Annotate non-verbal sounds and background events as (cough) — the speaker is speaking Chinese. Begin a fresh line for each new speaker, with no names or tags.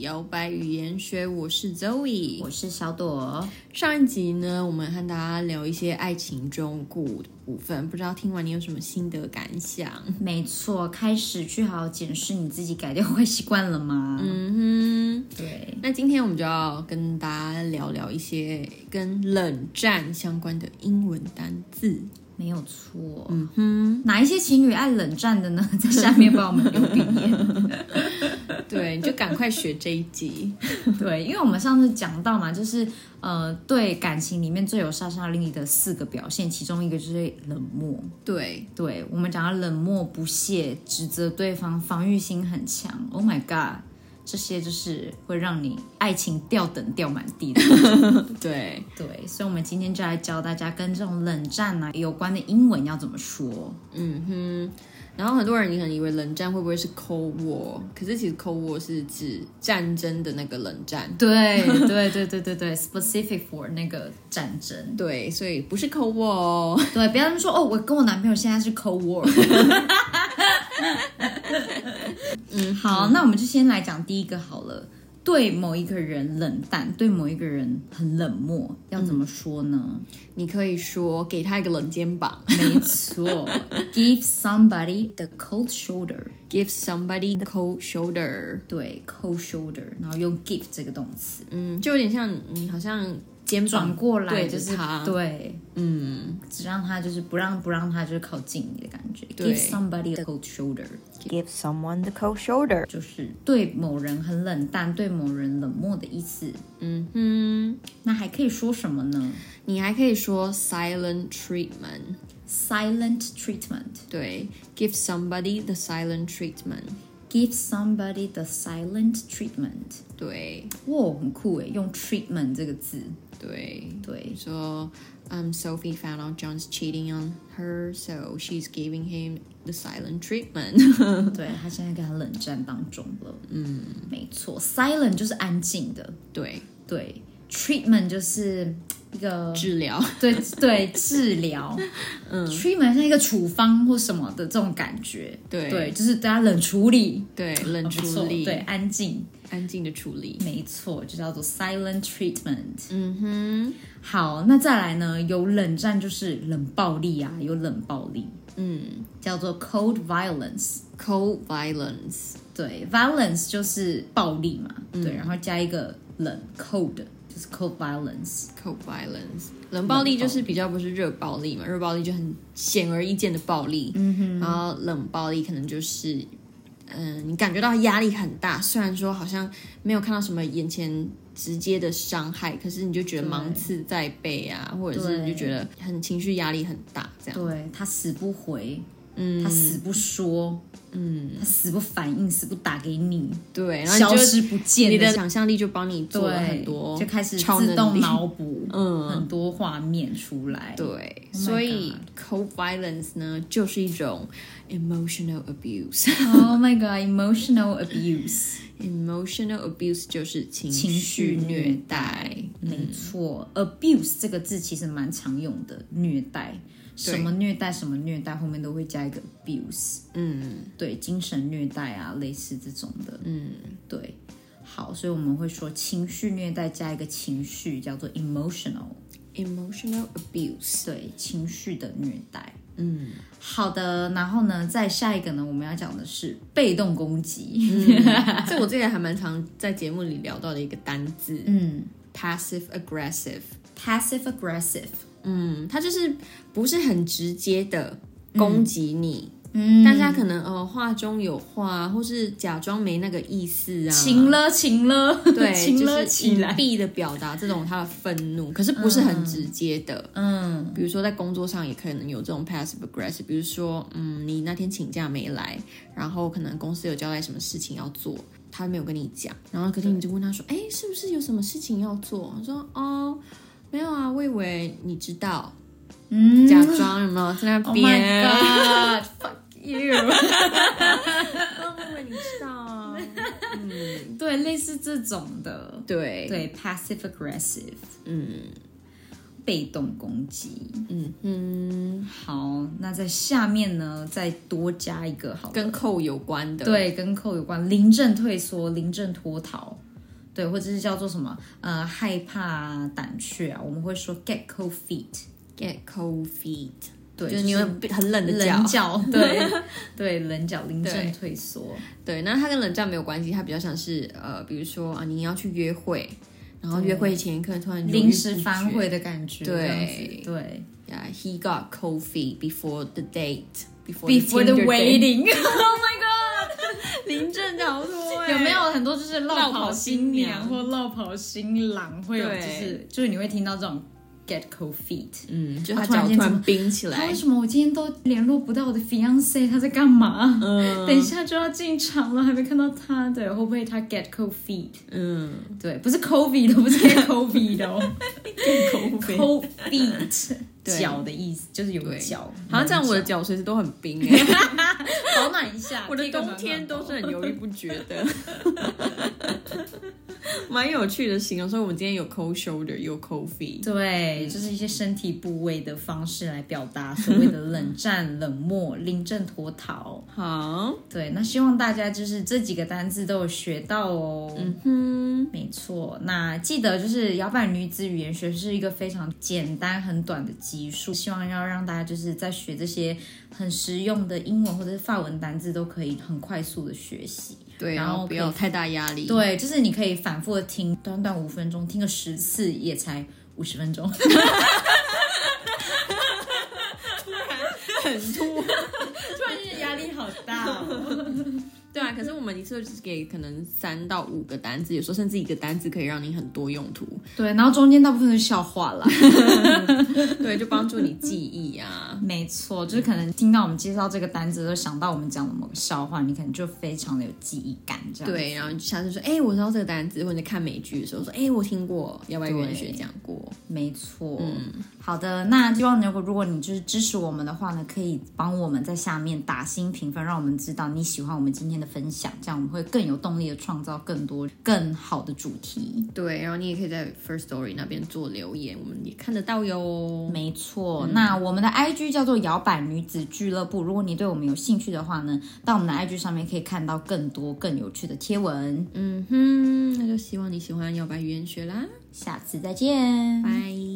摇摆语言学，我是 Zoe，
我是小朵。
上一集呢，我们和大家聊一些爱情中故的部分，不知道听完你有什么心得感想？
没错，开始去好好检视你自己改掉 (laughs) 坏习惯了吗？
嗯哼，
对，
那今天我们就要跟大家聊聊一些跟冷战相关的英文单 (laughs) 字。
没有错。
嗯哼，
哪一些情侣爱冷战的呢？ (laughs) 在下面帮我们留笔
(laughs)
言。
对，你就赶快学这一集。
对，因为我们上次讲到嘛，就是呃，对感情里面最有杀伤力的四个表现，其中一个就是冷漠。
对，
对我们讲到冷漠、不屑、指责对方、防御心很强。Oh my god，这些就是会让你爱情掉等掉满地的。
对，
对，所以我们今天就来教大家跟这种冷战啊有关的英文要怎么说。
嗯哼，然后很多人你可能以为冷战会不会是 Cold War，可是其实 Cold War 是指战争的那个冷战。
对对对对对对，specific (laughs) for 那个战争。
对，所以不是 Cold War 哦。
对，不要这么说哦，我跟我男朋友现在是 Cold War。嗯，好，那我们就先来讲第一个好了。对某一个人冷淡，对某一个人很冷漠，要怎么说呢？
你可以说给他一个冷肩膀
没错 (laughs) ，give somebody the cold shoulder。
，give somebody the cold shoulder。
对，cold shoulder，然后用 give 这个动词。
嗯，就有点像你好像肩膀
转过来，
对着
就是
他
对，
嗯
只让他就是不让不让他就是靠近你的感觉
对
，give somebody a cold shoulder，
Give someone the cold shoulder.
就是对某人很冷淡，对某人冷漠的意思。
嗯哼，
那还可以说什么呢
你还可以说 silent treatment。
？Silent treatment，give
对，give somebody the silent treatment。
somebody the silent treatment。
对
哇，很酷诶，用 treatment 这个字，
对，
对， (laughs)
So, um, Sophie found out John's cheating on her, so she's giving him the silent treatment. (laughs)
对他现在跟他冷战当中了。嗯，没错，silent 就是安静的，
对，
对，treatment 就是一个
治疗。
对对，治疗，嗯，treatment 像一个处方或什么的这种感觉，
对
对，就是对它冷处理，
对，冷
很不
处
错
理，
对，，安静，
安静的处理。
没错，就叫做 silent treatment。
嗯
好，那再来呢？有冷战就是冷暴力啊，有冷暴力，
哼，嗯
叫做 cold violence。
，cold violence，
对，violence 就是暴力嘛，对，
嗯
然后加一个冷 cold 就是 cold violence。
cold violence，冷暴力就是比较不是热暴力嘛，热暴力就很显而易见的暴力，嗯哼，然后冷暴力可能就是，嗯、你感觉到压力很大，虽然说好像没有看到什么眼前直接的伤害，可是你就觉得芒刺在背啊，或者是你就觉得很情绪压力很大，这样，
对他死不回，
嗯，
他死不说，嗯，他死不反应，死不打给你，
对，然后
消
哎你就
失不见
你的
这
想象力就帮你做了
对
很多，
就开始
超能
自动
力
脑补，
嗯
很多画面出来。
对
Oh my
所以 cold violence 呢，就是一种 emotional abuse。 (laughs)
，Oh my god，emotional abuse，
Emotional abuse 就是情
情绪
虐嗯
虐待，没错，abuse 这个字其实蛮常用的，虐待。什么虐待什么虐待，后面都会加一个 abuse，
嗯
对，精神虐待啊，类似这种的，
嗯，
对。好，所以我们会说情绪虐待加一个情绪叫做 emotional，
，emotional abuse。
对情绪的虐待。
嗯，
好的，然后呢，再下一个呢，我们要讲的是被动攻击。嗯
这我之前还蛮常在节目里聊到的一个单字、
嗯
p a s s i v e aggressive。
，passive aggressive，
嗯，它就是不是很直接的攻击你，
嗯，
但是它可能呃话中有话，或是假装没那个意思啊，
晴了，晴了，
(laughs) 对，
晴
就
了
是
起
隐
来。
蔽的表达这种他的愤怒，可是不是很直接的。
嗯，
比如说在工作上也可能有这种 passive aggressive，比如说，嗯，你那天请假没来，然后可能公司有交代什么事情要做，他没有跟你讲，然后可是你就问他说，哎，是不是有什么事情要做？他说，哦，没有啊，我以为你知道，
嗯
假装有没有在那
Oh my
边？ (laughs)
God，fuck you。
哦我以为你知道啊，
对，类似这种的，
(laughs) 对，
对，passive aggressive，
嗯
被动攻击。
嗯嗯，
好，那在下面呢，再多加一个好了，
跟扣有关的，
对跟扣有关，临阵退缩，临阵脱逃。对，或者是叫做什么呃害怕啊、胆怯啊，我们会说 get cold feet，
get cold feet，
对，
就是你会很冷的脚
棱。 (laughs) 角，对对，棱角临
对
阵退缩，
对，那它跟冷战没有关系，它比较像是呃，比如说啊，你要去约会，然后约会前一刻突然
临时反悔的感觉，
对
这样子对。
，Yeah，he got cold feet before the date。Before,
before the
Tinder date
(laughs) waiting，
临阵逃脱、欸，
有没有很多就是
落
落
跑
跑
新
新
娘
娘或落跑新郎会有，
对
就是就是你会听到这种 get cold feet。
嗯，就他
他
脚
突然
突
间
然冰起
他
来
为，什么我今天都联络不到我的 fiance？他在干嘛？
嗯
等一下就要进场了，还没看到他对，会不会他 get cold feet？
嗯，
对，不是 covid 的，不是 get covid 的、哦、
口碑。
，cold (laughs) feet
对
脚的意思就是有
对
脚，
(laughs) 好像这样，我的脚随时都很冰、
(laughs)
欸，
保暖一 (laughs) 下。
我的
贴个
冬
暖
天
暖包
都是很犹豫不决的， (laughs) 蛮有趣的形容。所以我们今天有 cold shoulder，有 cold feet，
对，就是一些身体部位的方式来表达所谓的冷战、冷漠、临阵脱逃。
好，
对，那希望大家就是这几个单字都有学到哦。嗯哼，没错。那记得就是摇摆女子语言学是一个非常简单、很短的集数，希望要让大家就是在学这些很实用的英文或者是法文单字都可以很快速的学习。
对，
然
然
后
后
可
不
以
要有太大压力，
对，就是你可以反复的听，短短五分钟，听个十次也才五十分 (laughs) 钟。
很突。
突然间压力好大哦。
对啊，可是我们一次就是给可能三到五个单字，有时候甚至一个单字可以让你很多用 (laughs) 途，
(laughs) 对，然后中间大部分是笑话啦。 (laughs)
对，就帮助你记忆啊。
没错，就是可能听到我们介绍这个单词，就想到我们讲的某个笑话，你可能就非常的有记忆感，这样。
对，然后你下次说，哎、我知道这个单字，或者你看美剧的时候说，哎、我听过，要外语文学讲过，
没错。嗯，好的，那希望如果如果你就是支持我们的话呢，可以帮我们在下面打新评分，让我们知道你喜欢我们今天的分享，这样我们会更有动力的创造更多更好的主题。
对，然后你也可以在 First Story 那边做留言，我们也看得到哟。
没
嗯
错，那我们的 IG 叫做摇摆女子俱乐部。如果你对我们有兴趣的话呢，到我们的 IG 上面可以看到更多更有趣的贴文。
嗯嗯哼，那就希望你喜欢摇摆语言学啦，
下次再见，
拜。